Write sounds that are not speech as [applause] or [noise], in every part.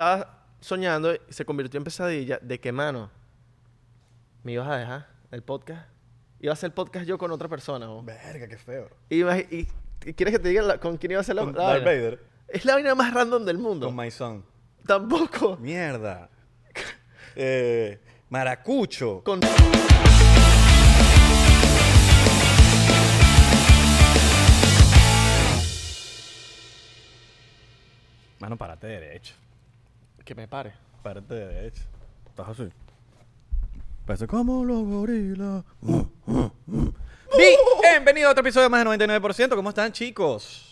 estaba soñando y se convirtió en pesadilla de que, mano, me ibas a dejar el podcast. Iba a hacer el podcast yo con otra persona. ¿no? Verga, qué feo. Y, imagi- y- y- ¿Quieres que te diga la- con quién iba a hacer la, Con la Darth vaina? Vader. Es la vaina más random del mundo. Con My Son. Tampoco. Mierda. Eh, maracucho. Con... Mano, párate derecho. Que me pare. Párate derecho. Estás así. Parece como los gorilas. Bienvenido a otro episodio de más de 99%. ¿Cómo están, chicos?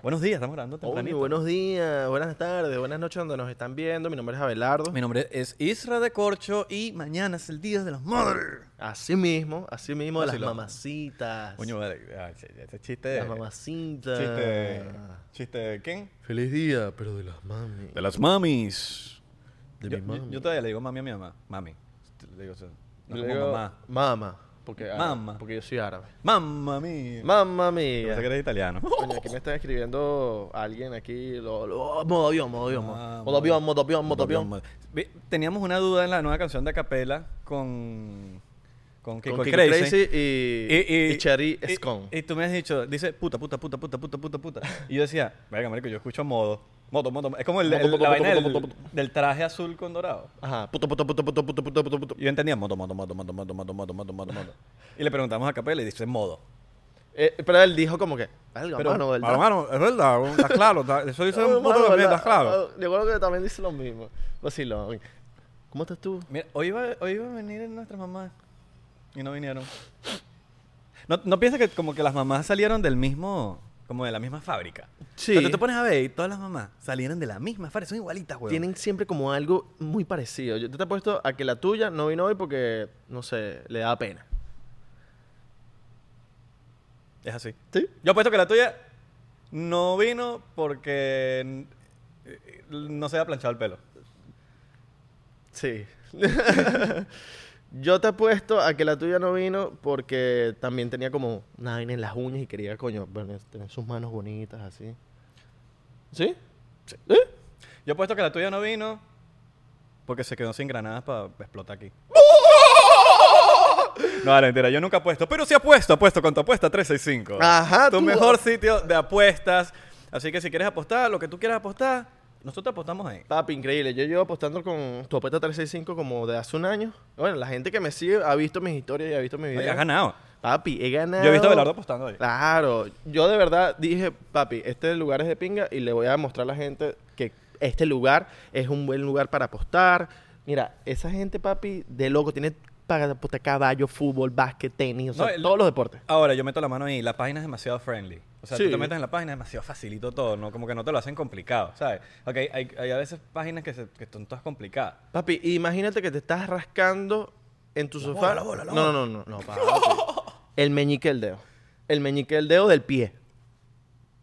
Buenos días, estamos grabando Oni, tempranito. buenos días, buenas tardes, buenas noches donde nos están viendo. Mi nombre es Abelardo. Mi nombre es Isra de Corcho y mañana es el Día de las Madres. Así mismo, así mismo de las Vacilón. mamacitas. Coño, vale. ah, Este chiste. las mamacitas. Chiste. ¿Chiste de quién? Feliz día, pero de las mami. De las mamis. De yo, mi yo- mami. yo todavía le digo mami a mi mamá. Mami. Le digo, o sea, no Yo como digo, mamá. Mama. Porque, árabe, Mama. porque yo soy árabe. Mamma mía. Mamma Yo pensé que mía. [laughs] eres italiano. Coño, aquí me está escribiendo alguien aquí. Lo, lo- oh, modo avión, modo avión. Ah, modo avión, modo avión, modo avión. Vi- Teníamos una duda en la nueva canción de Acapela con. Con Kiko, Con el Kiko Crazy. Crazy y, y, Cherry Scone. Y, tú me has dicho, dice puta, puta, puta, puta, puta, puta, puta. Y yo decía, verga, marico, yo escucho modo. Moto, moto. Es como el, Moto, el- moto, la moto, vaina moto, del- moto, moto. del traje azul con dorado. Ajá. Puto, puto, puto, puto, puto, puto, puto, puto. Y Yo entendía moto, moto, moto, moto, moto, moto, moto, moto, moto, moto. Y le preguntamos a Capela y dice modo. Eh, pero él dijo como que. Algo, Pero, mano, ¿verdad? hermano, es verdad, está claro. está- eso dice Ah, moto [laughs] mano, también, ¿verdad? está claro. Ah, ah, Yo creo que también dice lo mismo. Vacilón. ¿Cómo estás tú? Mira, hoy iba, hoy iba a venir nuestras mamás y no vinieron. No, no piensas que como que las mamás salieron del mismo, como de la misma fábrica. Sí. Pero tú te pones a ver y todas las mamás salieron de la misma fábrica, son igualitas, güey. Tienen siempre como algo muy parecido. Yo te he puesto a que la tuya no vino hoy porque, no sé, le da pena. Es así. ¿Sí? Yo apuesto que la tuya no vino porque n- eh, no se había planchado el pelo. Sí. [laughs] Yo te apuesto a que la tuya no vino porque también tenía como una vaina en las uñas y quería, coño, bueno, tener sus manos bonitas así. ¿Sí? ¿Eh? Yo apuesto que la tuya no vino porque se quedó sin granadas para [laughs] explotar aquí. No, vale, mentira, yo nunca apuesto. Pero sí apuesto, apuesto con tu apuesta 365. Ajá, Tu tú. mejor sitio de apuestas. Así que si quieres apostar, lo que tú quieras apostar, nosotros apostamos ahí. Papi, increíble. Yo llevo apostando con tu apuesta 365 como de hace un año. Bueno, la gente que me sigue ha visto mis historias y ha visto mis Oye, videos. Has ganado. Papi, he ganado. Yo he visto a Belardo apostando hoy. Claro, yo de verdad dije, papi, este lugar es de pinga y le voy a demostrar a la gente que este lugar es un buen lugar para apostar. Mira, esa gente, papi, de loco, tiene para apostar caballo, fútbol, básquet, tenis, o sea, No, el- todos los deportes. Ahora, yo meto la mano ahí. La página es demasiado friendly. O sea, Sí. tú te metes en la página, es demasiado facilito todo. ¿no? Como que no te lo hacen complicado, ¿sabes? Ok, hay, hay a veces páginas que, se- que son todas complicadas. Papi, imagínate que te estás rascando en tu sofá. bola, la bola, la no, bola. no, no, no, no, papi. El meñique del dedo. El meñique del dedo del pie.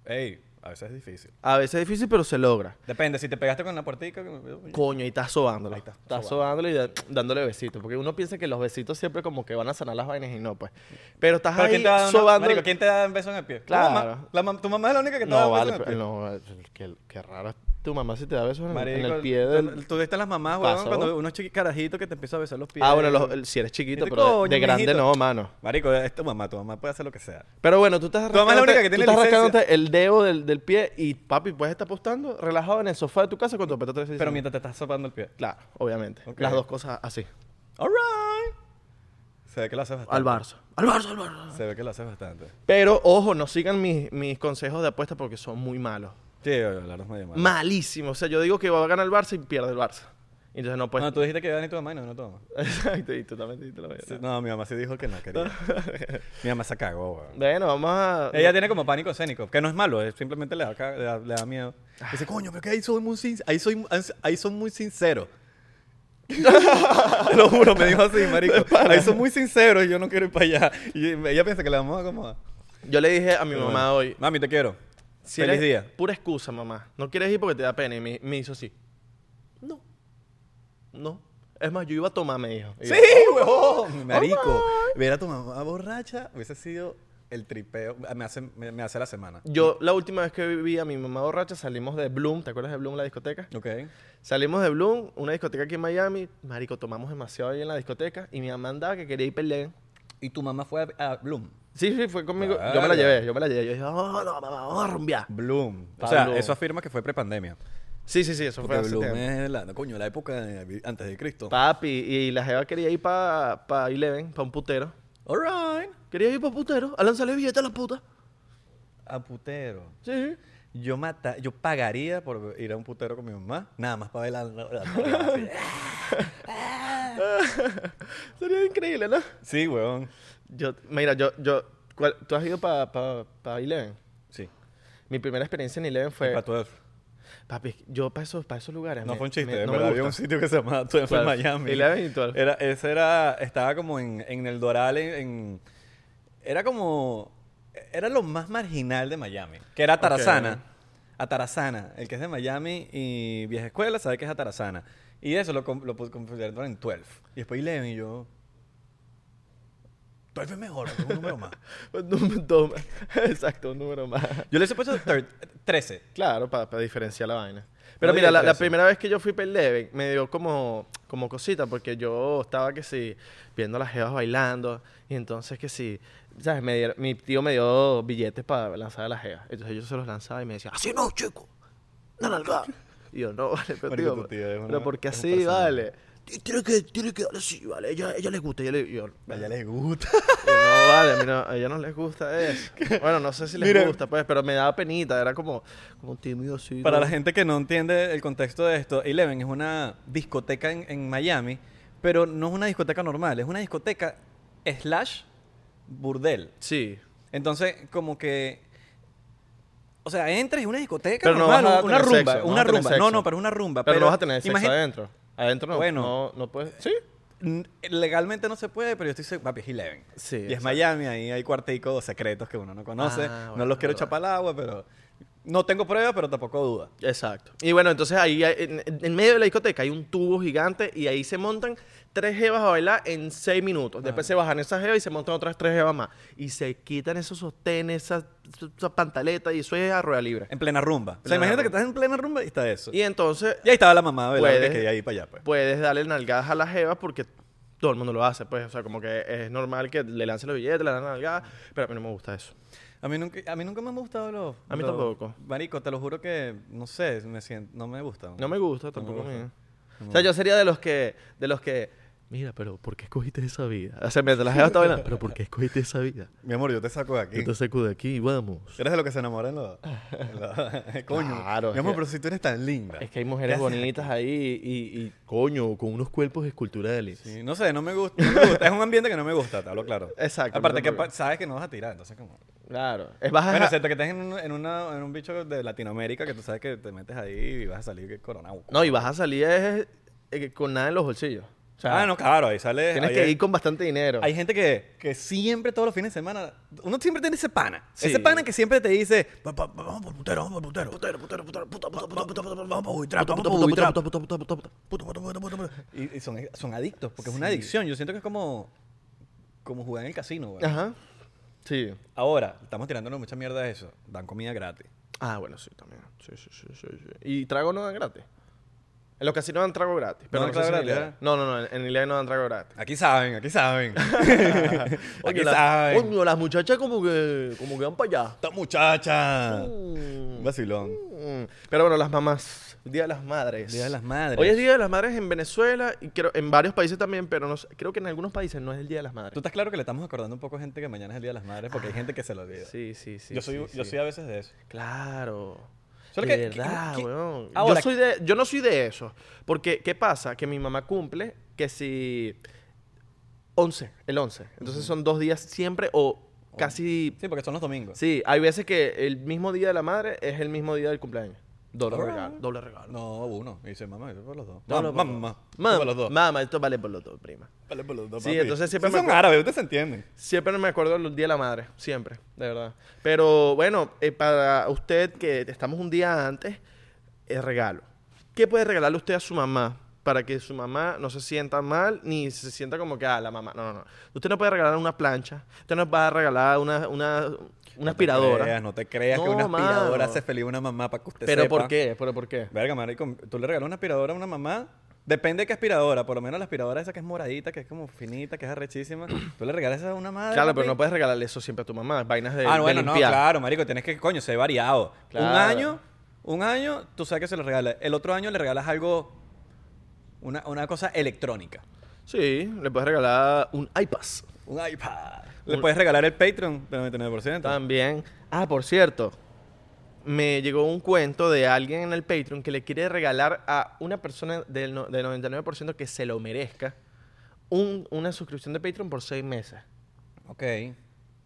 Ey, a veces es difícil. A veces es difícil, pero se logra. Depende, si te pegaste con la puertica. que- Coño, y estás sobándolo. Ahí está, Estás sobándolo y da- dándole besitos. Porque uno piensa que los besitos siempre como que van a sanar las vainas y no, pues. Pero estás ¿Pero ahí quién te da una, sobándolo. marico, ¿quién te da un beso en el pie? Tu Claro. mamá. La mam- tu mamá es la única que te da No, un beso vale. en el pero- pie. no, eh, qué, qué raro. es Tu mamá si te da besos en, el- en Marico, el pie tú- del... Tú viste las mamás, weón, Pasó. cuando unos chiqui- carajitos que te empiezan a besar los pies. Ah, bueno, los- el- si eres chiquito, Dice, pero de- Este "Coño, de, grande mijito". no, mano. Marico, es tu mamá, tu mamá puede hacer lo que sea. Pero bueno, tú estás Tu mamá es la única que tú tiene estás licencia. rascándote el dedo del, del pie y papi, puedes estar apostando relajado en el sofá de tu casa con tu apetito Pero mientras te estás sopando el pie. Claro, obviamente. Ok. Las dos cosas así. All right. Se ve que lo haces bastante. Al Barça. Al Barça, al Barça. Se ve que lo haces bastante. Pero ojo, no sigan mis, mis consejos de apuesta porque son muy malos. Sí, la es medio mal. Malísimos. O sea, yo digo que va a ganar el Barça y pierde el Barça. Entonces no puedes. No, tú dijiste que Dani tu mamá y no, no tu mamá. [laughs] Exacto, y tú también dijiste lo mismo. Sí, No, mi mamá sí dijo que no [laughs] quería. mi mamá se cagó, weón. Bueno, vamos a. Ella tiene como pánico escénico, que no es malo, es simplemente le da, ca- le da, le da miedo. Dice, coño, pero que ahí soy muy sin- ahí soy, ahí son muy [laughs] sincero. Te lo juro, me dijo así, marico. [laughs] Ahí son muy sinceros y yo no quiero ir para allá. Y ella piensa que la vamos a acomodar. Yo le dije a mi Pero mamá bueno. hoy. Mami, te quiero. si Feliz eres- día. Pura excusa, mamá. No quieres ir porque te da pena. Y me, me hizo así. No. No. Es más, yo iba a tomar, me dijo. Y yo, "Oh, Oh, huevón. Marico, ver a tu mamá borracha hubiese sido el tripeo me hace, me, me hace la semana. Yo, la última vez que viví a mi mamá borracha, salimos de Bloom. ¿Te acuerdas de Bloom, la discoteca? Ok. Salimos de Bloom, una discoteca aquí en Miami. Marico, tomamos demasiado ahí en la discoteca. Y mi mamá andaba que quería ir pelea. ¿Y tu mamá fue a, a Bloom? Sí, sí, fue conmigo. Yo me la Verga. llevé, yo me la llevé. Yo dije, oh, no, mamá, vamos a rumbear. Bloom. Pa' O sea, Bloom. eso afirma que fue prepandemia. Sí, sí, sí, eso fue Porque hace Bloom eh. tiempo. es la, coño, la época de- antes de Cristo. Papi, y la jeva quería ir para pa Eleven, para un putero. All right. Quería ir para putero, a lanzarle billete a la puta. A putero. Sí. Yo mata, yo pagaría por ir a un putero con mi mamá, nada más para ver la, la- [laughs] la- Sería increíble, ¿no? Sí, weón. Yo, mira, yo, yo, ¿cuál- ¿tú has ido para pa, pa Eleven? Sí. Mi primera experiencia en Eleven fue, Para 12. papi, yo para esos, pa esos lugares. No me- fue un chiste, me- en no me verdad había un gusta. sitio que se llamaba 12 en Twelve. Miami. Eleven y Twelve. Era, ese era, estaba como en, en el Doral, en, en- era como, era lo más marginal de Miami, que era Tarazana. Ok. A Tarazana, el que es de Miami y vieja escuela sabe que es a Tarazana. Y eso lo, com- lo pus- confirmaron en 12. Y después Eleven y yo... 12 es mejor, porque es [laughs] un número más. Un número- dos más. [laughs] Exacto, un número más. Yo le he puesto thir- 13. Claro, para diferenciar la vaina. Pero No mira, digas la, la eso. primera vez que yo fui para Eleven me dio como, como cosita, porque yo estaba que sí, viendo a las jevas bailando, y entonces que sí, ¿sabes? Me dieron- mi tío me dio billetes para lanzar a las jevas. Entonces yo se los lanzaba y me decía, así no, chico, no nalgada. Y yo, no, vale, pero, Marico, tío, tu tío es una- pero porque es un así, personaje. vale. Tiene que, tiene que darle así, vale, ella, ella les gusta, ella le, yo, A ella le gusta. que No vale, a mí no- a ella no les gusta [laughs] eso. Bueno, no sé si les Mira. gusta, pues, pero me daba penita, era como, como tímido así. Para ¿no? la gente que no entiende el contexto de esto, Eleven es una discoteca en, en Miami, pero no es una discoteca normal, es una discoteca slash burdel. Sí. Entonces, como que... O sea, entras en una discoteca Pero no normal, vas a una tener rumba, sexo, no vas una a tener rumba. sexo. No, no, pero una rumba. Pero, no vas a tener sexo imagina- adentro. Adentro no. Bueno. No, no puedes. Sí. N- Legalmente no se puede, pero yo estoy seguro. Papi, es Eleven. Sí, y es exacto. Miami, ahí hay cuarticos secretos que uno no conoce. Ah, no bueno, los quiero verdad. echar para el agua, pero. No tengo pruebas, pero tampoco duda. Exacto. Y bueno, entonces ahí, hay- en, en medio de la discoteca, hay un tubo gigante y ahí se montan tres jevas a bailar en seis minutos. Después se bajan esas jevas y se montan otras tres jevas más. Y se quitan esos sostenes, esas, esas pantaletas y eso es a rueda libre. En plena rumba. o Plena sea, rumba. imagínate que estás en plena rumba y está eso. Y entonces Y ahí estaba la mamá de Puedes. Velarde que iba ahí para allá, pues. puedes darle nalgadas a las jevas porque todo el mundo lo hace, pues. O sea, como que es normal que le lancen los billetes, le dan nalgadas. Pero a mí no me gusta eso. A mí, nunca, a mí nunca me han gustado los... A mí los- tampoco. Marico, te lo juro que, no sé, me siento, no me gusta. No me gusta No me tampoco a gusta. mí. No me O sea, yo sería de los que, de los que, mira, pero ¿por qué escogiste esa vida? O sea, mientras la jeva está bailando, pero ¿por qué escogiste esa vida? Mi amor, yo te saco de aquí. Yo te saco de aquí, vamos. Eres de lo que se enamora en los... en [laughs] los- coño. Claro, Mi es amor, que- pero si tú eres tan linda. Es que hay mujeres bonitas ahí y, y, coño, con unos cuerpos esculturales. Sí, no sé, no me, gusta, no me gusta. es un ambiente que no me gusta, te hablo claro. Exacto, Aparte que pero- pa- sabes que no vas a tirar, entonces como... Claro. Es baja. Bueno, excepto que estés en un, en, una- en un bicho de Latinoamérica que tú sabes que te metes ahí y vas a salir que coronado. no, y vas a salir es- eh, con nada en los bolsillos. O sea, ah, no, claro, ahí sale... tienes ahí que hay- ir con bastante dinero. Hay gente que, que siempre, todos los fines de semana, uno siempre tiene ese pana. Sí. Ese pana que siempre te dice, "Va- va- vamos por putero, vamos por putero. Putero, putero, putero, puta, puta, puta, puta, puta, vamos por buitrap, vamos por buitrap, puta, puta, puta, puta, puta". Y, y son, son adictos, porque es una adicción. Yo siento que es como, como jugar en el casino, güey. Ajá. Sí. Ahora, estamos tirándonos mucha mierda de eso. Dan comida gratis. Ah, bueno, sí, también. Sí, sí, sí, sí, sí. ¿Y trago no dan gratis? En los casinos dan trago gratis. Pero ¿No no, dan sé trago si en gratis, Ilea- No, no, no, en- en Ilea no dan trago gratis. Aquí saben, aquí [laughs] saben. aquí Oye, la- saben. coño, las muchachas como que, como que van para allá. Esta muchacha. Mm, Vacilón. mm. Pero bueno, las mamás. Día de las Madres. Día de las Madres. Hoy es Día de las Madres en Venezuela y creo, en varios países también, pero no sé- creo que en algunos países no es el Día de las Tú Madres. estás claro que le estamos acordando un poco a gente que mañana es el Día de las Madres porque hay gente que se lo olvida. Sí, sí, sí. yo soy, sí, yo sí. soy a veces de eso. Claro. Solo de que- que- verdad, que- weón. ahora- yo, soy de, yo no soy de eso. Porque, ¿qué pasa? Que mi mamá cumple que si... 11, el 11. Entonces son dos días siempre o Oh. casi... Sí, porque son los domingos. Sí, hay veces que el mismo día de la madre es el mismo día del cumpleaños. Doble Alright. regalo, doble regalo. No, uno. Y dice, mamá, yo por los dos. No, Mamá, no, por- mamá. yo Mamá, por los dos. mamá, esto vale por los dos, prima. Vale por los dos, Sí, papi. entonces siempre Ustedes me- son árabes, ustedes se entienden. Siempre me acuerdo del Día de la Madre, siempre, de verdad. Pero bueno, eh, para usted que estamos un día antes, es regalo. ¿Qué puede regalarle usted a su mamá para que su mamá no se sienta mal ni se sienta como que, ah, la mamá. No, no, no. Usted no puede regalar una plancha. Usted no puede regalar una, una, una No te aspiradora. creas, no te creas que No, una aspiradora mano. hace feliz a una mamá para que usted ¿Pero sepa. por qué? ¿Pero por qué? Verga, marico, tú le regalas una aspiradora a una mamá. Depende de qué aspiradora, por lo menos la aspiradora esa que es moradita, que es como finita, que es arrechísima. Tú le regalas esa a una madre. Claro, pero papi. no puedes regalarle eso siempre a tu mamá. Vainas de, Ah, de bueno, no, limpiar. claro, marico, tienes que, coño, ser variado. Un Claro. año, un año, tú sabes que se lo regalas. El otro año le regalas algo, una, una cosa electrónica. Sí, le puedes regalar un iPad. Un iPad. Le puedes regalar el Patreon del 99%. También. Ah, por cierto. Me llegó un cuento de alguien en el Patreon que le quiere regalar a una persona del, no- del 99% que se lo merezca un- una suscripción de Patreon por seis meses. Ok.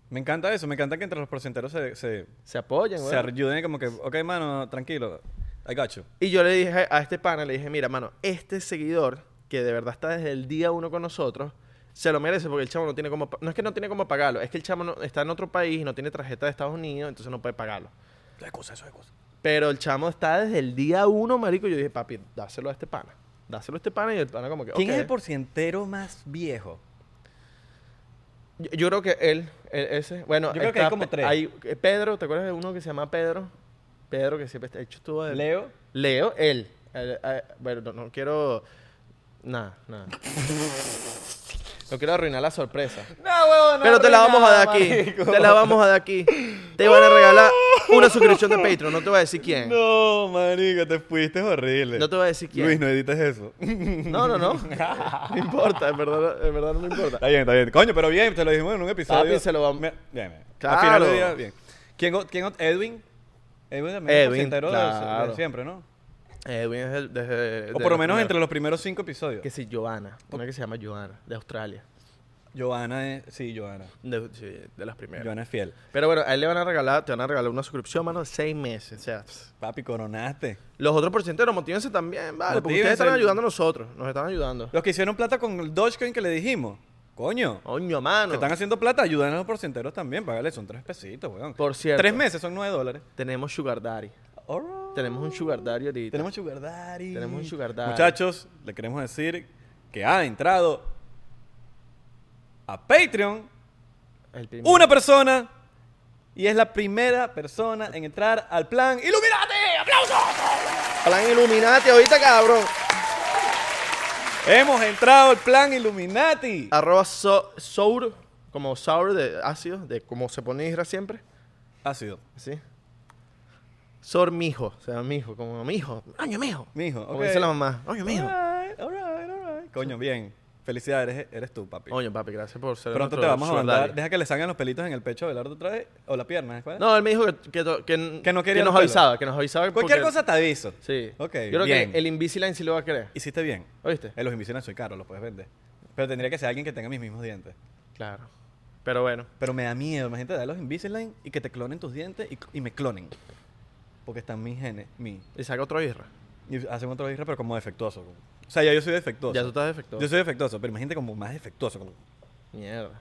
Me encanta eso, me encanta que entre los porcenteros se, se, Se apoyan, se weón. ayuden como que, ok, mano, tranquilo, I got you. Y yo le dije a este pana, le dije, mira, mano, este seguidor que de verdad está desde el día uno con nosotros, se lo merece porque el chavo no tiene como... No es que no tiene como pagarlo, es que el chavo no- está en otro país y no tiene tarjeta de Estados Unidos, entonces no puede pagarlo. Eso es cosa, eso es cosa. Pero el chamo está desde el día uno, marico. Yo dije, papi, dáselo a este pana. Dáselo a este pana y el pana como que... ¿Quién ok. es el porcientero más viejo? Yo, yo creo que él, él- ese... Bueno, Yo creo que hay está como Pe- tres. hay- eh, Pedro, ¿te acuerdas de uno que se llama Pedro? Pedro que siempre está hecho estuvo... de- Leo. Leo, él. El- eh, bueno, no, no quiero... Nada, nada. No quiero arruinar la sorpresa. No, huevo, no. Pero te la vamos a dar aquí. Te la vamos a dar aquí. Te van a regalar una suscripción de Patreon. No te voy a decir quién. No, No, marico, te fuiste horrible. te voy a decir quién. Luis, no edites eso. No, no, [laughs] no. No importa, en verdad, en verdad no me importa. Está bien, está bien. Coño, pero bien, te lo dijimos en un episodio. Papi, se lo vamos- Me- Bien, bien. Claro. Al final del día, bien. ¿Quién, o- quién, o- Edwin? Edwin también es Edwin, porcientero de- de, claro. siempre, ¿no? Edwin Eh, es el- desde- O de por lo los menos primeros. entre los primeros cinco episodios. Que sí, Joana. Una que se llama Joana, de Australia. Joana es... Sí, Joana. De, sí, de las primeras. Joana es fiel. Pero bueno, a él le van a regalar, te van a regalar una suscripción, mano, de seis meses. O sea, pss. Papi, coronaste. los otros porcenteros, motívense también, vale. Porque Motívense. ustedes están ayudando a nosotros. Nos están ayudando. Los que hicieron plata con el Dogecoin que le dijimos. Coño. Coño, mano. Que están haciendo plata, ayudan a los porcenteros también. Págale, son tres pesitos, weón. Por cierto. Tres meses son nueve dólares. Tenemos Sugar Daddy. Alright. Tenemos un Sugar Daddy ahorita. Tenemos Sugar Daddy. Tenemos un Sugar Daddy. Muchachos, le queremos decir que ha entrado a Patreon El primer- una persona y es la primera persona en entrar al plan Illuminati. ¡Aplausos! Plan Illuminati ahorita, cabrón. Hemos entrado al plan Illuminati. Arroba so- sour, como sour de ácido, de como se pone Isra siempre. Ácido. ¿Sí? Sor mijo, o sea, mijo, como mijo. Año mijo. Mijo, Como ok. Ah. dice la mamá. Oño mijo. Alright, alright, alright. Coño, bien. Felicidades, eres, eres tú, papi. Oño, papi, gracias por ser Pronto nuestro te vamos a sugar mandar. daddy. Deja que le salgan los pelitos en el pecho a Belardo otra vez. O la pierna, ¿eh? ¿cuál es? No, él me dijo que, que, to- que, Que no quería nos el pelo. avisaba, que nos avisaba. Cualquier porque- cosa te aviso. Sí. Ok, Yo creo bien. que el Invisalign sí lo va a querer. Hiciste bien. ¿Oíste? Eh, los invisibles soy caro, los puedes vender. Pero tendría que ser alguien que tenga mis mismos dientes. Claro. Pero bueno. Pero me da miedo, imagínate dar los Invisalign y que te clonen tus dientes y, y me clonen. Porque están mis genes, mi. Y saca otro Isra. Y hacen otro Isra, pero como defectuoso. como- O sea, ya yo soy defectuoso. Ya tú estás defectuoso. Yo soy defectuoso, pero imagínate como más defectuoso. Como... Mierda.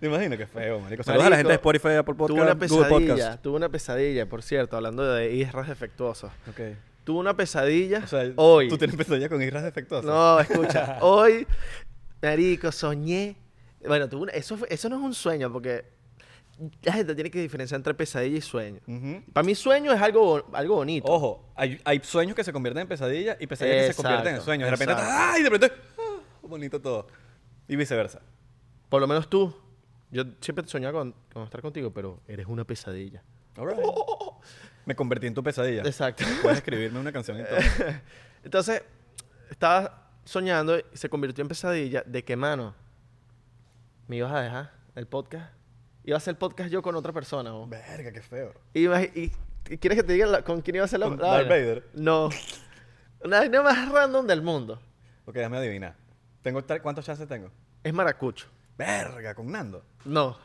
Te imagino que feo, marico. Saludos a la Marico, gente de Spotify, Apple tuve una Podcast, Google pesadilla, Podcast. tuve una pesadilla, por cierto, hablando de Isras defectuosos. Ok. Tuve una pesadilla O sea, hoy. tú tienes pesadilla con Isras defectuosos. No, escucha, hoy, Marico, soñé. Bueno, tuve una- eso, fue- eso no es un sueño, porque la gente tiene que diferenciar entre pesadilla y sueño. Ujú. Para mí, sueño es algo, bo- algo bonito. Ojo, hay, hay sueños que se convierten en pesadillas y pesadillas que se Exacto, convierten en sueños. De repente, exacto. ¡ay! De repente, ¡ah! bonito todo. Y viceversa. Por lo menos tú. Yo siempre soñaba con, con estar contigo, pero eres una pesadilla. Alright. [laughs] Me convertí en tu pesadilla. Exacto. Puedes escribirme una canción [laughs] entonces. Entonces, estaba soñando y se convirtió en pesadilla. ¿De qué mano? ¿Me ibas a dejar el podcast? Iba a hacer el podcast yo con otra persona. ¿no? Verga, qué feo. Y, imag- y- y quieres que te diga la- con quién iba a hacer la ¿Con la Darth vaina? Vader? No. Una vaina más random del mundo. Ok, déjame adivinar. ¿Tengo tal- ¿Cuántos chances tengo? Es Maracucho. Verga, con Nando. No.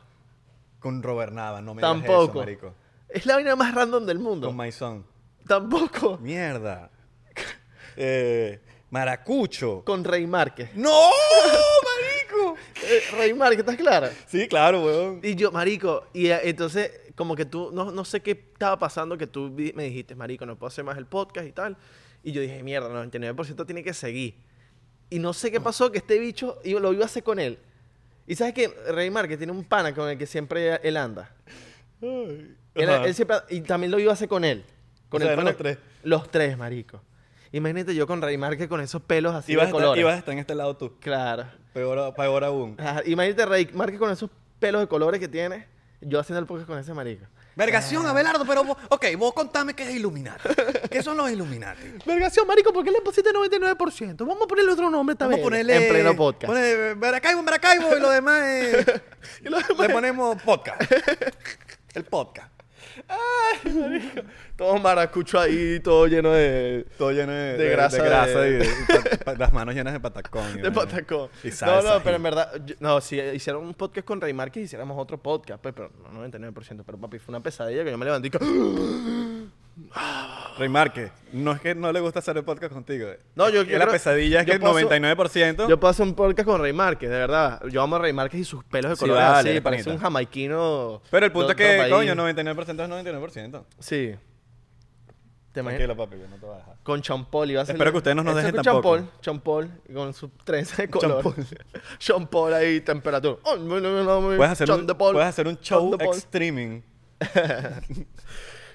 Con Robert Nava, no me digas eso, Tampoco. marico. es la vaina más random del mundo. Con My Son. Tampoco. Mierda. [laughs] Eh, maracucho. Con Rey Márquez. [laughs] ¡No, marico! Eh, Rey Márquez, ¿estás clara? Sí, claro, weón. Y yo, marico, y eh, entonces Como que tú, no, no sé qué estaba pasando que tú vi- me dijiste, marico, no puedo hacer más el podcast y tal. Y yo dije, mierda, 99% tiene que seguir. Y no sé qué Ah. pasó que este bicho, yo lo iba a hacer con él. Y sabes que Rey Márquez tiene un pana con el que siempre él anda. Él- Ajá. él siempre- y también lo iba a hacer con él. Con O sea, el eran pana- los tres. Los tres, marico. Imagínate yo con Rey Márquez con esos pelos así Y vas a de estar- colores. y vas a estar en este lado tú. Claro. Peor, a- peor aún. Ajá, Imagínate Rey Márquez con esos pelos de colores que tiene. Yo haciendo el podcast con ese marico. Vergación, Abelardo, pero vos, ok, vos contame qué es Illuminati. ¿Qué son los Illuminati? Vergación, marico, ¿por qué le pusiste 99%? Vamos a ponerle otro nombre Vamos a ponerle. En pleno podcast. Ponle Maracaibo, Maracaibo y lo demás. eh, [laughs] Y lo le demás- ponemos podcast. El podcast. todo maracucho ahí, todo lleno de... Todo lleno de, de grasa grasa de- [laughs] y, de- y pa- pa- las manos llenas de patacón. y De vaina. patacón. Y salsa. no, no, pero y- en verdad, yo- no, si hicieron un podcast con Rey Márquez, hiciéramos otro podcast, pues, pero no 99%. Pero papi, fue una pesadilla que "Ah, yo me levanté y... que- Rey Márquez, no es que no le gusta hacer el podcast contigo. eh. No, yo Es que quiero- La pesadilla es yo que el paso- 99%. Yo puedo hacer un podcast con Rey Márquez, de verdad. Yo amo a Rey Márquez y sus pelos de Sí, colores vale, así, parece panita. un jamaiquino. pero el punto do- es que, dormadín. coño, 99% es 99%. Sí. ¿Te imaginas? Tranquilo, papi, yo no te voy a dejar. Con Champol iba a ser. Espero que ustedes no nos Eso dejen con tampoco. Champol, Champol, con su trenza de Champol. color. [laughs] Champol ahí, temperatura. Oh, no, no, no, no, Puedes hacer, Chon un, de Paul, puedes hacer un Chon show de Paul. streaming.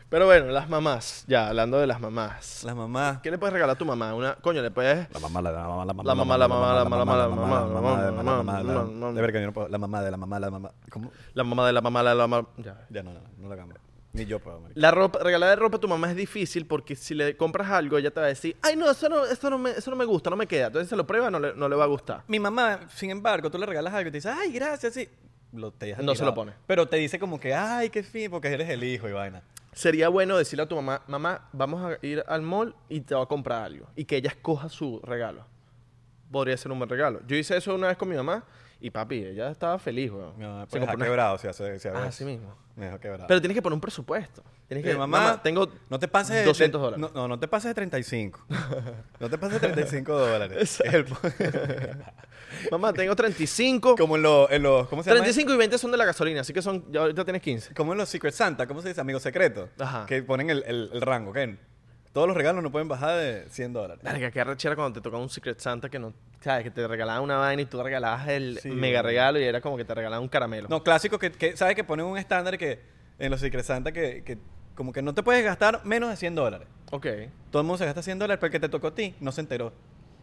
Pero bueno, las mamás. Ya, hablando de las mamás. Las mamás. ¿Qué le puedes regalar a tu mamá? Una, coño, le puedes. La mamá, la mamá, la mamá, La mamá, la mamá, la mamá, la mamá, la mamá, la mamá, la mamá. De verga, yo no puedo. La mamá de la mamá, la mamá. ¿Cómo? La mamá de la mamá de la mamá. Ya. Ya no, no, no lo hagamos. Ni yo puedo, marico. La ropa, regalar de ropa a tu mamá es difícil porque si le compras algo, ella te va a decir, ay, no, eso no, eso no, me, eso no me gusta, no me queda. Entonces se lo prueba, no le, no le va a gustar. Mi mamá, sin embargo, tú le regalas algo y te dice, ay, gracias, sí. Lo, te deja No se tirado. lo pone. Pero te dice como que, ay, qué fin, porque eres el hijo y vaina. Sería bueno decirle a tu mamá, mamá, vamos a ir al mall y te va a comprar algo. Y que ella escoja su regalo. Podría ser un buen regalo. Yo hice eso una vez con mi mamá y papi, ella estaba feliz, weón. Mi mamá, Se pues, compró ha una- quebrado, si hace, si a Ah, veces. así mismo. Me dejó quebrado. Pero tienes que poner un presupuesto. Tienes Oye, que, mamá, [laughs] tengo [laughs] no te pases de- 200 de- dólares. No, no, no te pases de 35. [laughs] no te pases de 35 dólares. Es el- Mamá, tengo 35. como en los, en los- ¿cómo se llama? 35 y 20 son de la gasolina, así que son ya ahorita tienes 15. Como en los Secret Santa, ¿cómo se dice? Amigos secretos. Ajá. Que ponen el, el- el rango, que todos los regalos no pueden bajar de 100 dólares. Verga, qué arrechera cuando te tocaba un Secret Santa que no, sabes, que te regalaban una vaina y tú regalabas el Sí, mega weón. regalo y era como que te regalaban un caramelo. No, clásico que, que ¿sabes? Que ponen un estándar que en los Secret Santa que, que como que no te puedes gastar menos de 100 dólares. Ok. Todo el mundo se gasta 100 dólares, pero el que te tocó a ti no se enteró.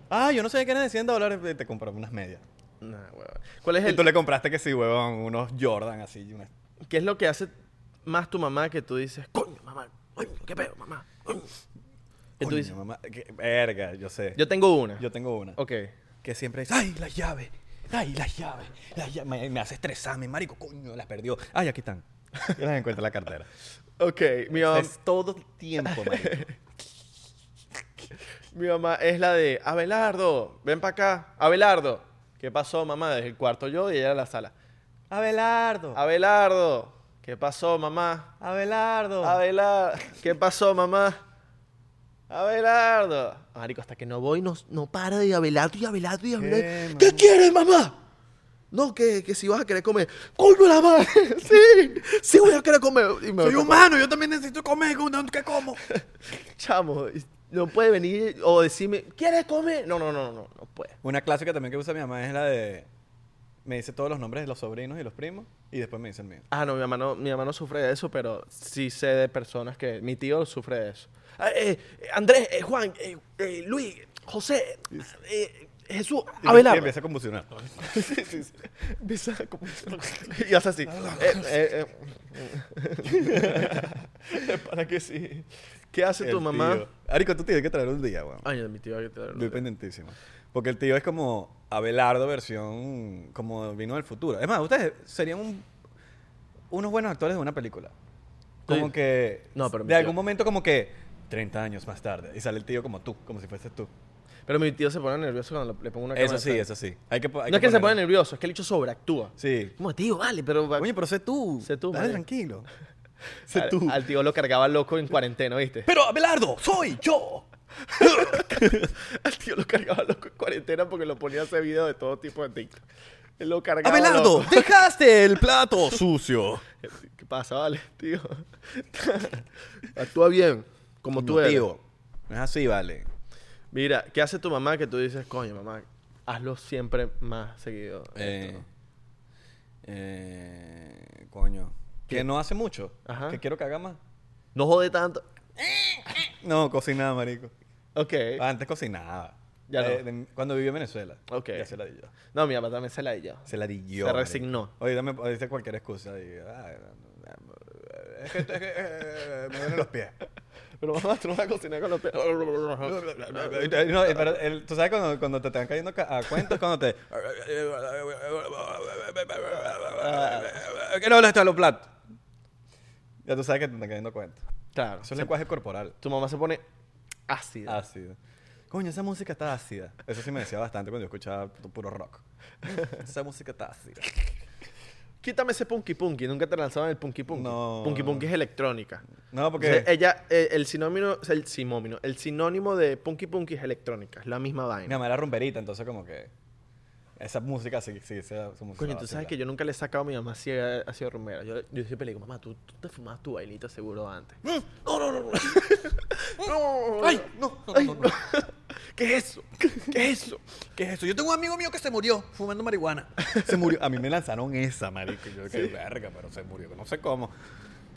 Ah, yo no sabía que era de 100 dólares, eh, te compró unas medias. Nah, huevón. ¿Cuál es Y el, tú le compraste que sí, huevón, unos Jordan así, unas ¿Qué es lo que hace más tu mamá que tú dices, coño, mamá, coño, qué pedo, mamá? coño"? Que tú Coño, dices, mamá, que- verga, yo sé. Yo, yo tengo una. tengo una. Ok. Que siempre dice, ay, las llaves, ay, las llaves, las llaves. Me, me hace estresarme, marico, coño, las perdió. Ay, aquí [laughs] están. Yo las encuentro en la cartera. Um, Ok, mi O sea, mamá, [laughs] es todo el tiempo, marico. mi mamá es la de, Abelardo, ven para acá, Abelardo. ¿Qué pasó, mamá? Desde el cuarto yo y ella en la sala. [laughs] Abelardo, Abelardo, ¿qué pasó, mamá? Abelardo. Abelardo, ¿qué pasó, mamá? Abelardo. Ah, Marico, hasta que no voy, no, no para de Abelardo y Abelardo y Abelardo. ¿Qué, mamá? quieres, mamá? No, que, que si vas a querer comer. ¡Coño la madre! [laughs] ¡Sí! ¡Sí voy a querer comer! Y me Soy voy a- humano, yo también necesito comer, ¿qué como? Chamo, y no puede venir o decirme, ¿quieres comer? No, no, no, no, no puede. [laughs] Una clásica también que usa mi mamá es la de... Me dice todos los nombres de los sobrinos y los primos y después me dice el mío. Ah, no mi, mamá no, mi mamá no sufre de eso, pero sí sé de personas que... Mi tío sufre de eso. Ah, eh, eh, Andrés, eh, Juan, eh, eh, Luis, José, eh, Jesús, Y Abelardo. empieza a convulsionar. sí, sí, sí. Empieza [laughs] como... y hace así. Eh, eh, eh. [laughs] ¿Para qué sí? ¿Qué hace tu El mamá? tío. Arico, tú tienes que traer un día, weón. Ay, de mi tío hay que traer Estoy pendientísimo. Porque el tío es como Abelardo versión como vino del futuro. Es más, ustedes serían un- unos buenos actores de una película. Como Sí. que No, pero mi de tío- algún momento como que 30 años más tarde y sale el tío como tú, como si fueses tú. Pero mi tío se pone nervioso cuando le pongo una cámara Eso de sí, frente. eso sí. Hay que, po- hay no es que se pone ponerlo. nervioso, es que el hecho sobreactúa. Sí. Como tío, vale, pero. va- Oye, pero sé tú. Sé tú, Dale marico. [laughs] tranquilo. sé al, tú. al tío lo cargaba loco en cuarentena, ¿viste? [laughs] Pero Abelardo, soy yo. al tío lo cargaba loco en cuarentena porque lo ponía a hacer videos de todo tipo de TikTok. Él Lo cargaba. Abelardo, loco. dejaste el plato sucio. ¿Qué pasa, vale, tío. [laughs] Actúa bien, como tú eres. Motivo. No es así, vale. Mira, ¿qué hace tu mamá que tú dices, coño, mamá, hazlo siempre más seguido? Eh, esto"? eh, coño. Que no hace mucho. Ajá. Que quiero que haga más. No jode tanto. No, cocinaba, marico. Ok. Antes cocinaba. Ya no. de- cuando viví en Venezuela. Ok. Ya se la di yo. No, mi papá también se la dio. Se la di yo, Se marico. resignó. Oye, dame, dice cualquier excusa. y, "Ay, no, no, no, es que, es que, eh, me duelen los pies. Pero mamá, tú no vas a cocinar con los pies. No, eh, pero el- tú sabes cuando, cuando te están cayendo ca- a cuentos, cuando te... Ah, que no hablas de los platos. Ya tú sabes que te están cayendo cuentos. Claro. Eso es se- lenguaje corporal. Tu mamá se pone ácida. Ácido. Coño, esa música está ácida. Eso sí me decía bastante cuando yo escuchaba pu- puro [laughs] rock. esa música está ácida. Quítame ese punky punky. Nunca te lanzaban el punky punky. No. Punky punky es electrónica. No, porque... Entonces, ella, eh, el sinónimo, o sea, el sinónimo, el sinónimo de punky punky es electrónica. Es la misma Mi vaina. mamá era rumberita, entonces como que... Esa música sí, sí, esa, esa música Coño, tú sabes que yo nunca le he sacado a mi mamá si ha, ha sido rumbera. Yo, yo siempre le digo, mamá, tú, tú te fumabas tu vainita seguro antes. No, no, no, [laughs] no. ¡No! ¡Ay! No, no, Mm. Ay, no, no, no. [laughs] ¿Qué es eso? ¿Qué es eso? ¿Qué es eso? Yo tengo un amigo mío que se murió fumando marihuana. Se murió. A mí me lanzaron esa, marico. Yo qué verga, pero se murió. No sé cómo.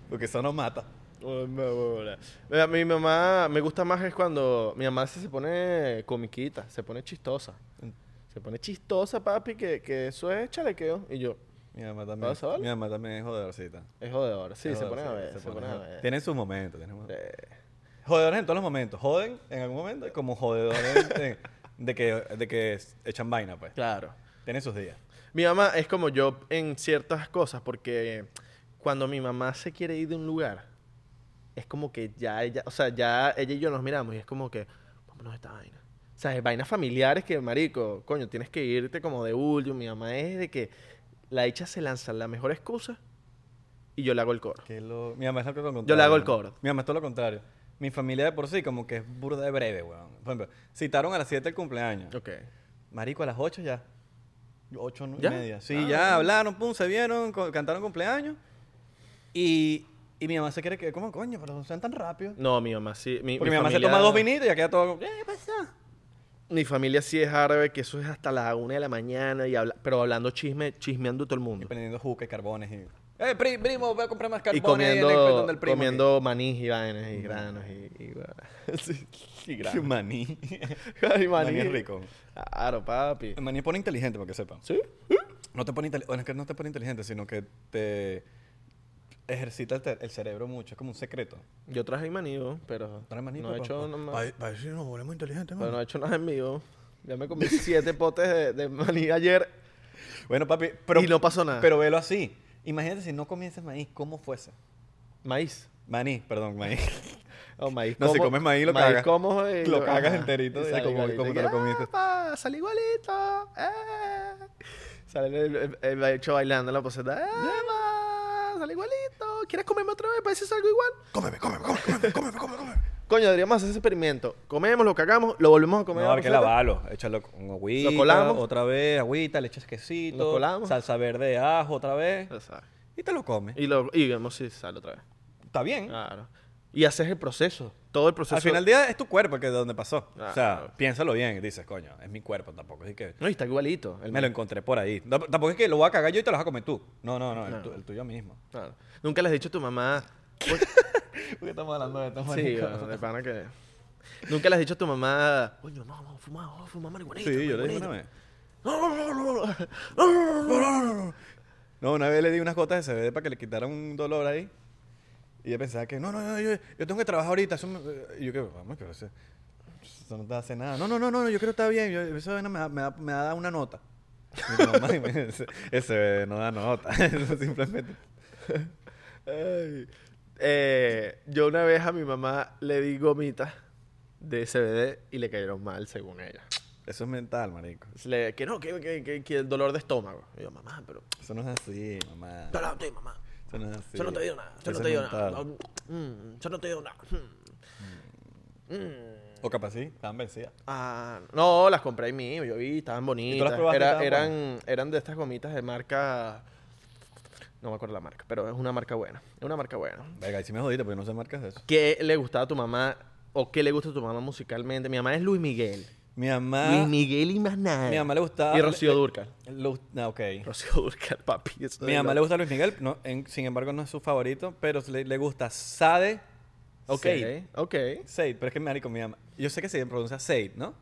Porque eso nos mata. [laughs] Oh, me bola. Mira, Mi mamá me gusta más es cuando mi mamá se, se pone comiquita, se pone chistosa. Se pone chistosa, papi, que, que eso es chalequeo. Y yo, Mi mamá también. ¿Pasa, vale? Mi mamá también es jodercita. es jodedor. Sí, Es se pone a jodercita, ver, se, pone a ver. Tienen sus momentos. Tienen momentos. Eh, Jodedores en todos los momentos. Joden en algún momento [laughs] como jodedores de, de que, de que echan vaina, pues. claro. Tienen sus días. Mi mamá es como yo en ciertas cosas, porque cuando mi mamá se quiere ir de un lugar, es como que ya ella, o sea, ya ella y yo nos miramos y es como que, vámonos de esta vaina. O sea, es vainas familiares que, marico, coño, tienes que irte como de último. Mi mamá es de que la hecha se lanza la mejor excusa y yo le hago el coro. Que lo- Mi mamá es lo que lo contrario. le hago el weón. cobro. Mi mamá es todo lo contrario. Mi familia de por sí como que es burda de breve, weón. Por ejemplo, citaron a las 7 el cumpleaños. Ok. Marico, a las 8 ya. 8 y ¿Ya? media. Sí, Ah. ya hablaron, pum, se vieron, co- cantaron cumpleaños. Y, y mi mamá se quiere que, ¿cómo coño? Pero no sean tan rápido. No, mi mamá sí. Mi, Porque mi, mi mamá familia- se toma dos vinitos y ya queda todo. eh, ¿Qué pasó? Mi familia sí es árabe, que eso es hasta la una de la mañana, y habla, pero hablando chisme, chismeando todo el Y mundo. prendiendo juca y carbones. Y, [laughs] eh, pri- primo, voy a comprar más y carbones. comiendo, ahí en el perdón del primo. comiendo maní y vainas y granos y, y, bueno, [laughs] sí, y Qué granos. [laughs] maní. [laughs] Ay, Maní es rico. Claro, papi. El maní pone inteligente, para que sepan. ¿Sí? No te pone inteligente, es que no te pone inteligente, sino que te ejercita el, te- el cerebro mucho. Es como un secreto. Yo traje maní, ¿no? pero Trae maní, no he papá. hecho nada más- Pa- Parece que nos volvemos inteligentes, pero no he hecho nada en mí, ¿no? Ya me comí siete potes de, de maní ayer Bueno, papi, pero, y no pasó nada. pero velo así. Imagínate si no comieses maíz, ¿cómo fuese? maíz. Maní, [laughs] perdón, maíz. Oh, maíz No, si como- comes maíz, lo cagas. como y Lo lo- cagas ajá, enterito, y ya sale como- igualito, como y te que, lo comiste. "Apa, sale igualito. eh". Sale el, el- el bicho bailando en la poseta. "Apa, Sale igualito. ¿Quieres comerme otra vez? Parece algo igual. Cómeme, cómeme, cómeme, cómeme, cómeme, cómeme. Coño, deberíamos hacer ese experimento. Comemos, lo cagamos, lo volvemos a comer. No, la hay que receta. lavarlo. Échalo con agüita. Lo colamos. Otra vez, agüita, le echas quesito. Lo colamos. Salsa verde de ajo otra vez. Ya sabes. Y te lo comes. Y, Ah. lo, y vemos si sale otra vez. Está bien. Claro. Y haces el proceso. Todo el proceso. Al final del día es tu cuerpo que es de donde pasó. Ah, o sea, claro. piénsalo bien. Dices, coño, es mi cuerpo tampoco. Así que No, y está igualito. el me lo mío. encontré por ahí. No, tampoco es que lo voy a cagar yo y te lo vas a comer tú. No, no, no. No. El, tu- el tuyo mismo. Claro. Nunca le has dicho a tu mamá. Porque estamos hablando de esto, Sí, bueno, de pana que. Nunca le has dicho a tu mamá, coño, mamá, vamos a fumar, vamos a fumar marihuanita. Sí, yo le dije marihuanita". una vez. No, no, no, no, no, no, no, no, no, no. No, una vez le di unas gotas de CBD para que le quitara un dolor ahí. Y ella pensaba que, no, no, no, yo, yo tengo que trabajar ahorita. eso me- Y yo que, vamos, que eso, eso no te hace nada. No, no, no, no, yo quiero estar bien. Yo, eso vaina me, da- me, da- me da una nota. Y yo, "Mamá, [laughs] el CBD no da nota. [laughs] Eso simplemente. Ay. Eh, yo una vez a mi mamá le di gomitas de CBD y le cayeron mal, según ella. Eso es mental, marico. Le- que no, que, que, que, que el dolor de estómago. Y yo, mamá, pero. Eso no es así, mamá. Yo no te mamá. Eso no es así. Yo no te digo nada. Yo Eso no es te digo mental. nada. Mm, Yo no te digo nada. Mm. Mm. O capaz sí, estaban vencidas. Ah, no, las compré ahí mismo, yo vi, estaban bonitas. probaste y Era- estaban eran, eran de estas gomitas de marca. No me acuerdo la marca, pero es una marca buena. Es una marca buena. Verga, y si me jodiste porque no sé marcas de eso. ¿Qué le gustaba a tu mamá o qué le gusta a tu mamá musicalmente? Mi mamá es Luis Miguel. Mi mamá. Luis Miguel y más nada. Ah. Mi mamá le gustaba. Y Rocío Dúrcal. Lu- ah, ok. Rocío Dúrcal, papi. eso Mi es mamá lo- le gusta Luis Miguel, no, en- sin embargo no es su favorito, pero le, le gusta Sade. Ok, Seid. ok. Seid, pero es que marico, mi mamá. Yo sé que se pronuncia Seid, ¿no?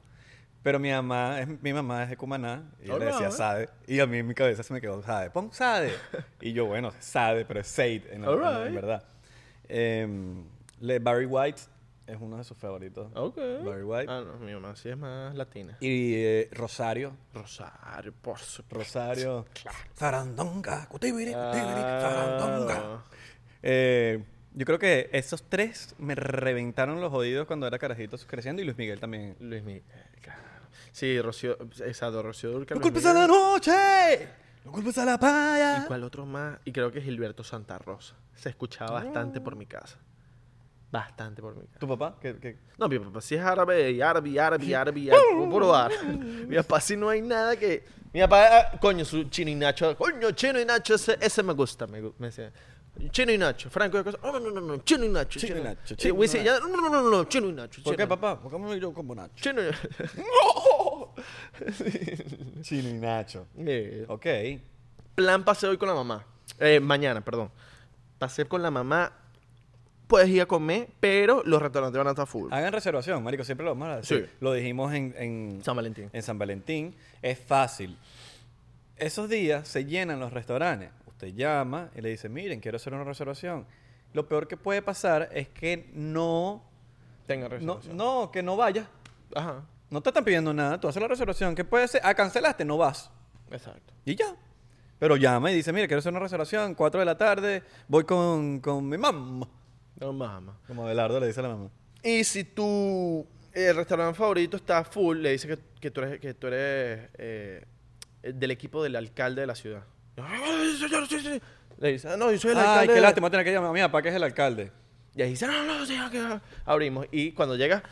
Pero mi mamá es, mi mamá es de Cumaná y yo le Alright. decía Sade. Y a mí en mi cabeza se me quedó Sade. Pon Sade. y yo, bueno, Sade, pero es Seid en, en- en Alright. verdad. Em, le- Barry White es uno de sus favoritos. Ok. Barry White. Ah, no, mi mamá sí es más latina. Y eh, Rosario. Rosario, por supuesto. Rosario. Zarandonga, cutibiri, cutibiri, Ah. zarandonga. Claro. Eh, yo creo que esos tres me reventaron los oídos cuando era carajito creciendo y Luis Miguel también. Luis Miguel, claro. Sí, Rocío, exacto, Rocío Dúrcal. ¡No Luis culpes a Miguel. la noche! ¡No culpes a la paya! ¿Y cuál otro más? Y creo que Gilberto Santa Rosa. Se escuchaba bastante por mi casa. Bastante por mi casa. ¿Tu papá? ¿Qué, qué? No, mi papá sí es árabe, y árabe, y árabe, y árabe, y árabe, puro árabe. Mi papá sí no hay nada que... Mi papá, ah, coño, su chino y nacho, coño, chino y nacho, ese, ese me gusta, me, gu- me decía. Chino y nacho, Franco de cosa, oh, no, no, no, no, chino y nacho, Chino y nacho, Sí, chino y Wisin y Yandel, no, no, no, no, chino y nacho. ¿Por qué, chino. papá? ¿Por qué me yo como Nacho? [laughs] Chino y Chino y Nacho. [laughs] Eh, Ok. Plan paseo hoy con la mamá. Eh, mañana, perdón. Paseo con la mamá, puedes ir a comer, pero los restaurantes van a estar full. Hagan reservación, marico. Siempre lo vamos a decir. Sí. Lo dijimos en, en, San Valentín. en San Valentín. Es fácil. Esos días se llenan los restaurantes. Usted llama y le dice, miren, quiero hacer una reservación. Lo peor que puede pasar es que no... Tenga No, reservación. no, que no vayas. Ajá, No te están pidiendo nada. Tú haces la reservación. ¿Qué puede ser? Ah, cancelaste, no vas. exacto. Y ya. Pero llama y dice, mira, quiero hacer una reservación, 4 de la tarde, voy con, con mi mamá. No mamá. Como Abelardo le dice a la mamá. Y si tu eh, restaurante favorito está full, le dice que, que tú eres, que tú eres eh, del equipo del alcalde de la ciudad. Ay, señor, sí, sí. Le dice, ah, no, yo soy el Ay, alcalde. qué de- lástima, voy a tener que llamar a mi papá que es el alcalde. Y ahí dice, no, no, sí, ah, que- abrimos. Y cuando llega,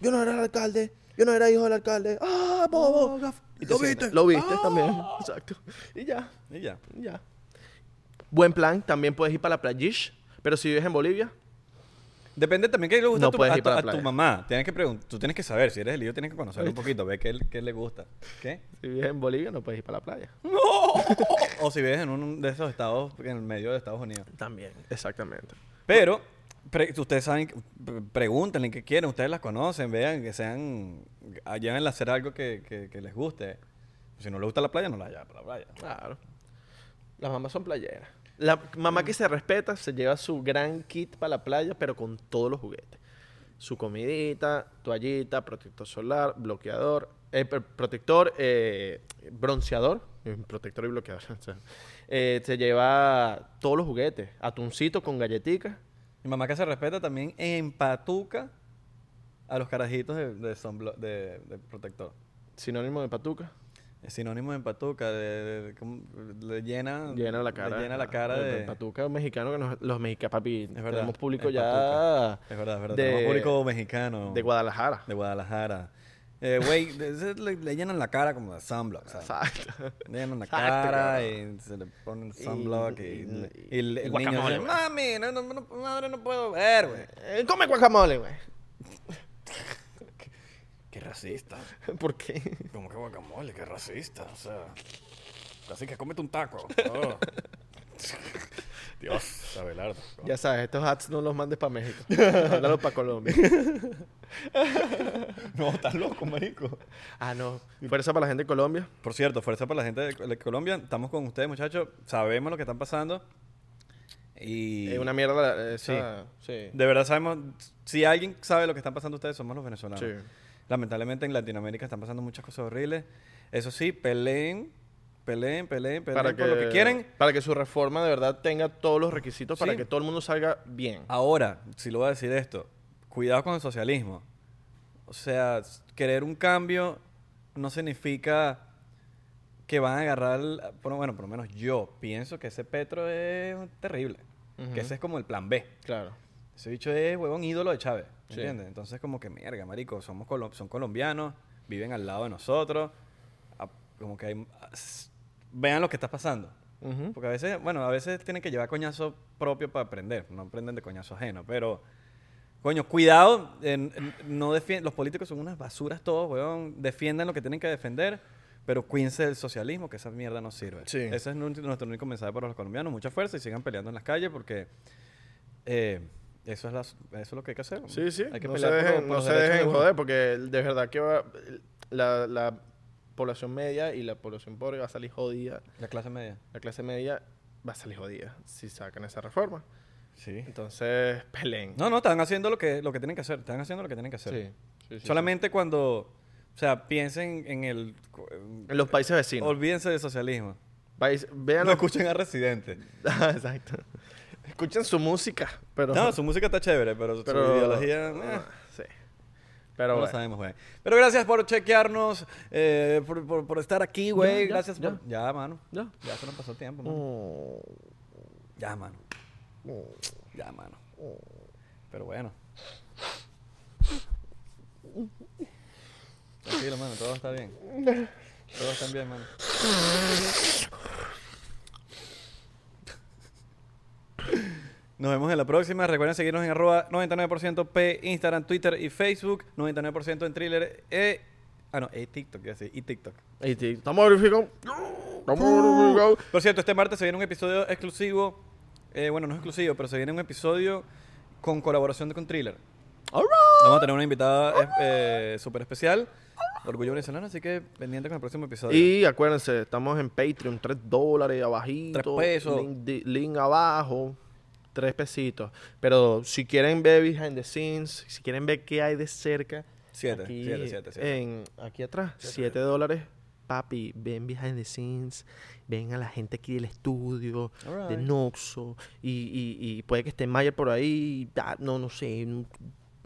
yo no era el alcalde, yo no era hijo del alcalde. ¡Ah, bobo! Oh, gaf- Y te ¿lo sientas. viste? Lo viste Ah. también. [laughs] Exacto. Y ya, Y ya. y ya. Buen plan, también puedes ir para la playish, pero si vives en Bolivia, Depende también que le gusta No a, tu, puedes a ir tu- para a la tu playa. mamá. Tienes que pregun- tú tienes que saber, si eres el lío, tienes que conocerlo un poquito, ver qué, qué le gusta. ¿Qué? si vives en Bolivia no puedes ir para la playa. O si vives en uno de esos estados, en el medio de Estados Unidos. También, exactamente. Pero, pre- ustedes saben, pre- pregúntenle qué quieren, ustedes las conocen, vean, que sean, a- llévenla a hacer algo que, que- que les guste. Si no les gusta la playa, no la llevan para la playa. Claro. Las mamás son playeras. La Mm. mamá que se respeta se lleva su gran kit para la playa, pero con todos los juguetes. Su comidita, toallita, protector solar, bloqueador, eh, per- protector, eh, bronceador, eh, protector y bloqueador. [laughs] o sea, eh, se lleva todos los juguetes, atuncito con galletitas. Mi mamá que se respeta también empatuca a los carajitos de, de, sunblo- de- de protector. Sinónimo de patuca. Es sinónimo de empatuca, de, de- de- como- le llena, Llena la Ah, le cara. Ah, llena la cara de... Patuca mexicano que nos- los mexicanos, papi. verdad, tenemos público es ya. Es verdad, es verdad. de- Tenemos público mexicano. De Guadalajara. de Guadalajara. Eh, Güey, le, le llenan la cara como de sunblock, ¿sabes? Exacto. Tienen [laughs] una Exacto, cara cabrón. y se le ponen sunblock y, y- y- le- y pues. el, y el niño guacamole, dice, güey. mami, no, no, no, madre, no puedo ver, güey. Eh, come guacamole, güey. [laughs] Qué racista. ¿Por qué? Como que guacamole, qué racista, o sea. Así que cómete [laughs] un taco. Dios, Abelardo. Ya sabes, estos hats no los mandes para México. Mándalos para Colombia. [laughs] No, estás loco, marico. Ah, no. Fuerza para la gente de Colombia. Por cierto, fuerza para la gente de, de Colombia. Estamos con ustedes, muchachos. Sabemos lo que están pasando. Y Es una mierda esa. Sí. de verdad sabemos. Si alguien sabe lo que están pasando ustedes, somos los venezolanos. Sí. Lamentablemente en Latinoamérica están pasando muchas cosas horribles. Eso sí, peleen, peleen, peleen, peleen Para que, por lo que quieren. Para que su reforma de verdad tenga todos los requisitos para Sí. Ah. que todo el mundo salga bien. Ahora, si lo voy a decir esto, cuidado con el socialismo. O sea, s- querer un cambio no significa que van a agarrar, el- por- bueno, por lo menos yo pienso que ese Petro es terrible, Ujú. que ese es como el plan B. Claro. Ese bicho es huevón ídolo de Chávez, Sí. ¿entiendes? Entonces como que, mierda, marico, somos colo- son colombianos, viven al lado de nosotros, a- como que hay, s- vean lo que está pasando. Ujú. Porque a veces, bueno, a veces tienen que llevar coñazo propio para aprender, no aprenden de coñazo ajeno, pero coño, cuidado, en- en- no defien- los políticos son unas basuras todos, weón, defiendan lo que tienen que defender, pero cuídense del socialismo, que esa mierda no sirve. Sí. Ese es nu- nuestro único mensaje para los colombianos, mucha fuerza y sigan peleando en las calles porque eh, eso, es la- eso es lo que hay que hacer. Sí, sí. Hay que no se pelear por- dejen, por no los se derechos de dejen uno. joder, porque de verdad que va- la, la población media y la población pobre va a salir jodida. La clase media. La clase media va a salir jodida si sacan esa reforma. Sí. Entonces, peleen. No, no, están haciendo lo que, lo que tienen que hacer, están haciendo lo que tienen que hacer. Sí, sí, sí, Solamente cuando, o sea, piensen en el... sí. En los países vecinos. Olvídense del socialismo. País- vean los- No escuchen a Residente. Ah, [laughs] Exacto. Escuchen su música, pero... No, su música está chévere, pero, pero- su ideología... eh, Sí. no Pero lo bueno. sabemos, güey. Pero gracias por chequearnos, eh, por, por- por estar aquí, güey. ya, Gracias ya. por... Ya, mano. Ya. Ya se nos pasó el tiempo, mano. Oh, Ya, mano. oh. Ya, mano. mm, Pero bueno. Tranquilo, mano. Todo está bien. Todo está bien, mano. Nos vemos en la próxima. Recuerden seguirnos en arroba 99% P, Instagram, Twitter y Facebook. 99% en Thriller e... Ah, no, e TikTok, iba a decir, y TikTok. Y te- Estamos verificando. Estamos verificando. Por cierto, este martes se viene un episodio exclusivo. Eh, bueno, no es exclusivo, pero se viene un episodio con colaboración con Thriller. All right. Vamos a tener una invitada eh, súper especial, Orgullo Venezolano, así que pendiente con el próximo episodio. Y acuérdense, estamos en Patreon, 3 dólares abajito. Tres pesos. Link, di- link abajo, 3 pesitos. Pero si quieren ver behind the scenes, si quieren ver qué hay de cerca, Siete, aquí, eh, siete, siete, siete. en- aquí atrás, 7 dólares. Papi, ven behind the scenes, ven a la gente aquí del estudio, All de right. Noxo, y, y- y puede que esté Mayer por ahí, da- no, no sé, mm,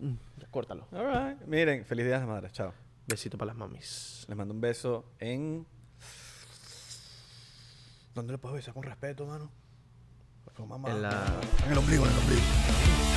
mm, córtalo. All right. Miren, feliz día de las madres, chao. Besito para las mamis. Les mando un beso en... ¿Dónde le puedo besar con respeto, mano? Con mamá. En la... En el ombligo, en el ombligo.